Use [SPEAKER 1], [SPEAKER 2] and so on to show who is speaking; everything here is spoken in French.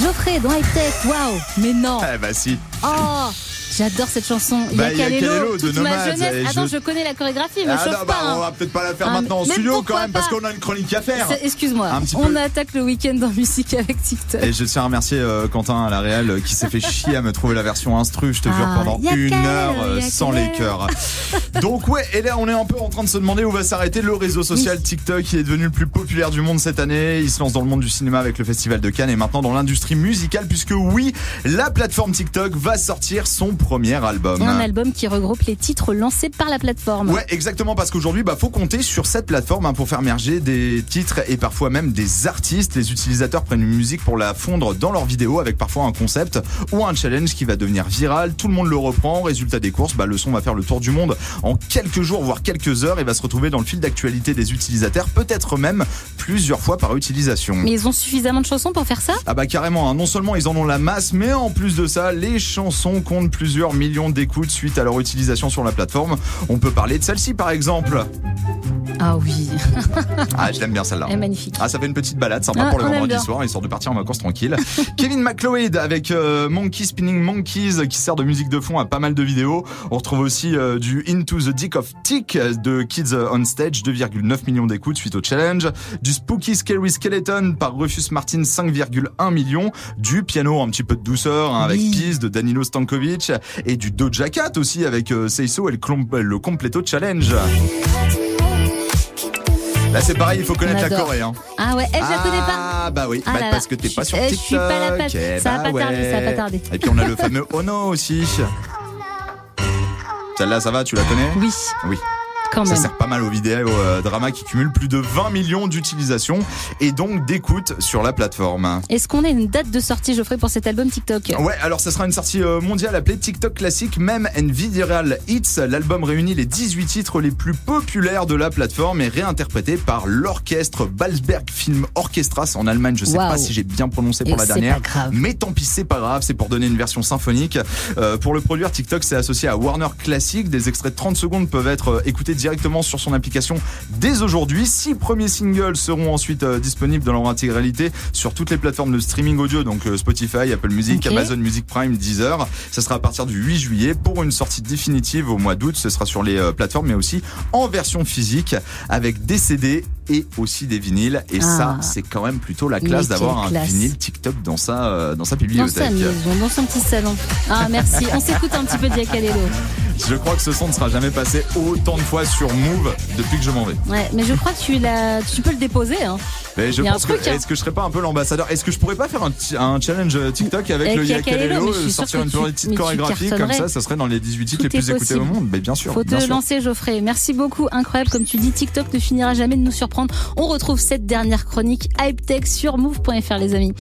[SPEAKER 1] Geoffrey dans High Tech, waouh Mais non
[SPEAKER 2] Ah bah si.
[SPEAKER 1] Oh J'adore cette chanson. Il
[SPEAKER 2] Bah,
[SPEAKER 1] y a Calelo,
[SPEAKER 2] Calelo de
[SPEAKER 1] toute ma
[SPEAKER 2] Nomades,
[SPEAKER 1] jeunesse.
[SPEAKER 2] et
[SPEAKER 1] Attends,
[SPEAKER 2] je-
[SPEAKER 1] je connais la chorégraphie, me
[SPEAKER 2] Ah
[SPEAKER 1] chauffe
[SPEAKER 2] non, bah,
[SPEAKER 1] pas. hein.
[SPEAKER 2] on va peut-être pas la faire
[SPEAKER 1] Ah,
[SPEAKER 2] maintenant en
[SPEAKER 1] mais
[SPEAKER 2] studio quand
[SPEAKER 1] pourquoi
[SPEAKER 2] même parce
[SPEAKER 1] pas
[SPEAKER 2] qu'on a une chronique à faire.
[SPEAKER 1] C'est- Excuse-moi,
[SPEAKER 2] Un petit
[SPEAKER 1] on
[SPEAKER 2] peu.
[SPEAKER 1] attaque le week-end en musique avec TikTok.
[SPEAKER 2] Et je tiens à remercier euh, Quentin à la Réal euh, qui s'est fait chier à me trouver la version instru, je te jure,
[SPEAKER 1] Ah,
[SPEAKER 2] pendant
[SPEAKER 1] y a
[SPEAKER 2] une
[SPEAKER 1] qu'elle,
[SPEAKER 2] heure euh,
[SPEAKER 1] y a
[SPEAKER 2] sans
[SPEAKER 1] qu'elle.
[SPEAKER 2] les cœurs. Donc ouais, et là on est un peu en train de se demander où va s'arrêter le réseau social TikTok qui est devenu le plus populaire du monde cette année. Il se lance dans le monde du cinéma avec le Festival de Cannes et maintenant dans l'industrie musicale puisque oui, la plateforme TikTok va sortir son premier album.
[SPEAKER 1] Un album qui regroupe les titres lancés par la plateforme.
[SPEAKER 2] bah. Ouais, exactement, parce qu'aujourd'hui, bah, faut compter sur cette plateforme hein, pour faire merger des titres et parfois même des artistes. Les utilisateurs prennent une musique pour la fondre dans leurs vidéos avec parfois un concept ou un challenge qui va devenir viral. Tout le monde le reprend. Résultat des courses, bah, le son va faire le tour du monde en quelques jours, voire quelques heures, et va se retrouver dans le fil d'actualité des utilisateurs, peut-être même plusieurs fois par utilisation.
[SPEAKER 1] Mais ils ont suffisamment de chansons pour faire ça
[SPEAKER 2] Ah bah carrément, hein. non seulement ils en ont la masse, mais en plus de ça, les chansons comptent plusieurs millions d'écoutes suite à leur utilisation sur la plateforme. On peut parler de celle-ci par exemple.
[SPEAKER 1] Ah oui,
[SPEAKER 2] Ah, je l'aime bien celle-là.
[SPEAKER 1] elle est magnifique.
[SPEAKER 2] Ah, ça fait une petite balade, sympa
[SPEAKER 1] Ah,
[SPEAKER 2] pour le
[SPEAKER 1] on aime
[SPEAKER 2] vendredi
[SPEAKER 1] bien.
[SPEAKER 2] soir, histoire de partir en vacances tranquille. Kevin McLeod avec euh, Monkey Spinning Monkeys qui sert de musique de fond à pas mal de vidéos. On retrouve aussi euh, du Into the Dick of Tick de Kids on Stage, 2,9 millions d'écoutes suite au challenge. Du Spooky Scary Skeleton par Rufus Martin, 5,1 millions. Du piano, un petit peu de douceur hein, avec
[SPEAKER 1] Oui.
[SPEAKER 2] Peace de Danilo Stankovic. Et du Doja Cat aussi avec euh, Seiso et le, clom- le Completo Challenge. Là, c'est pareil, il faut connaître
[SPEAKER 1] On
[SPEAKER 2] la
[SPEAKER 1] adore.
[SPEAKER 2] Corée. Hein.
[SPEAKER 1] Ah ouais, elle, je la connais pas.
[SPEAKER 2] Ah bah oui,
[SPEAKER 1] Ah
[SPEAKER 2] bah
[SPEAKER 1] là là,
[SPEAKER 2] parce que t'es
[SPEAKER 1] je
[SPEAKER 2] pas
[SPEAKER 1] suis-
[SPEAKER 2] sur
[SPEAKER 1] eh,
[SPEAKER 2] TikTok.
[SPEAKER 1] je suis pas la patte.
[SPEAKER 2] eh
[SPEAKER 1] Ça va
[SPEAKER 2] bah
[SPEAKER 1] pas tarder, ça va
[SPEAKER 2] ouais.
[SPEAKER 1] pas tarder.
[SPEAKER 2] Et puis on a le fameux Oh no aussi. Celle-là, ça va, tu la connais
[SPEAKER 1] Oui,
[SPEAKER 2] Oui.
[SPEAKER 1] quand
[SPEAKER 2] Ça
[SPEAKER 1] même.
[SPEAKER 2] sert pas mal aux vidéos euh, drama qui cumulent plus de 20 millions d'utilisations et donc d'écoutes sur la plateforme.
[SPEAKER 1] Est-ce qu'on a une date de sortie, Geoffrey, pour cet album TikTok
[SPEAKER 2] Ouais, alors ça sera une sortie euh, mondiale appelée TikTok Classic Mem and Viral Hits. L'album réunit les 18 titres les plus populaires de la plateforme et réinterprété par l'orchestre Balsberg Film Orchestras en Allemagne. Je sais
[SPEAKER 1] Waouh.
[SPEAKER 2] pas si j'ai bien prononcé
[SPEAKER 1] Et
[SPEAKER 2] pour la
[SPEAKER 1] c'est
[SPEAKER 2] dernière.
[SPEAKER 1] pas grave.
[SPEAKER 2] Mais tant pis, c'est pas grave, c'est pour donner une version symphonique. Euh, pour le produire, TikTok s'est associé à Warner Classic. Des extraits de 30 secondes peuvent être euh, écoutés directement sur son application dès aujourd'hui. Six premiers singles seront ensuite euh, disponibles dans leur intégralité sur toutes les plateformes de streaming audio, donc euh, Spotify, Apple Music,
[SPEAKER 1] Ok.
[SPEAKER 2] Amazon Music Prime, Deezer. Ça sera à partir du 8 juillet pour une sortie définitive au mois d'août. Ce sera sur les euh, plateformes, mais aussi en version physique avec des CD et aussi des vinyles. Et ça,
[SPEAKER 1] Ah.
[SPEAKER 2] c'est quand même plutôt la
[SPEAKER 1] Mais
[SPEAKER 2] classe
[SPEAKER 1] quelle
[SPEAKER 2] d'avoir un
[SPEAKER 1] classe.
[SPEAKER 2] vinyle TikTok dans sa, euh, dans sa
[SPEAKER 1] Dans
[SPEAKER 2] bibliothèque.
[SPEAKER 1] sa maison, dans son petit salon. Ah merci, on s'écoute un petit peu de Yakalelo.
[SPEAKER 2] Je crois que ce son ne sera jamais passé autant de fois sur Move depuis que je m'en vais.
[SPEAKER 1] Ouais, mais je crois que tu, l'as- tu peux le déposer. Hein.
[SPEAKER 2] Mais je
[SPEAKER 1] Il y a un
[SPEAKER 2] pense
[SPEAKER 1] truc,
[SPEAKER 2] que
[SPEAKER 1] hein.
[SPEAKER 2] est-ce que je serais pas un peu l'ambassadeur Est-ce que je pourrais pas faire un, ti- un challenge euh, TikTok avec,
[SPEAKER 1] Avec
[SPEAKER 2] le
[SPEAKER 1] Yakalelo,
[SPEAKER 2] Yakalelo,
[SPEAKER 1] mais je suis
[SPEAKER 2] sortir
[SPEAKER 1] sûre
[SPEAKER 2] une
[SPEAKER 1] que tu-
[SPEAKER 2] petite
[SPEAKER 1] mais tu
[SPEAKER 2] chorégraphie comme
[SPEAKER 1] cartonnerais.
[SPEAKER 2] ça, ça serait dans les 18 titres
[SPEAKER 1] Tout est
[SPEAKER 2] les plus écoutés au
[SPEAKER 1] possible.
[SPEAKER 2] monde. Mais bien sûr,
[SPEAKER 1] Faut te
[SPEAKER 2] bien sûr.
[SPEAKER 1] lancer, Geoffrey. Merci beaucoup. Incroyable, comme tu dis, TikTok ne finira jamais de nous surprendre. On retrouve cette dernière chronique Hype Tech sur move.fr, les amis.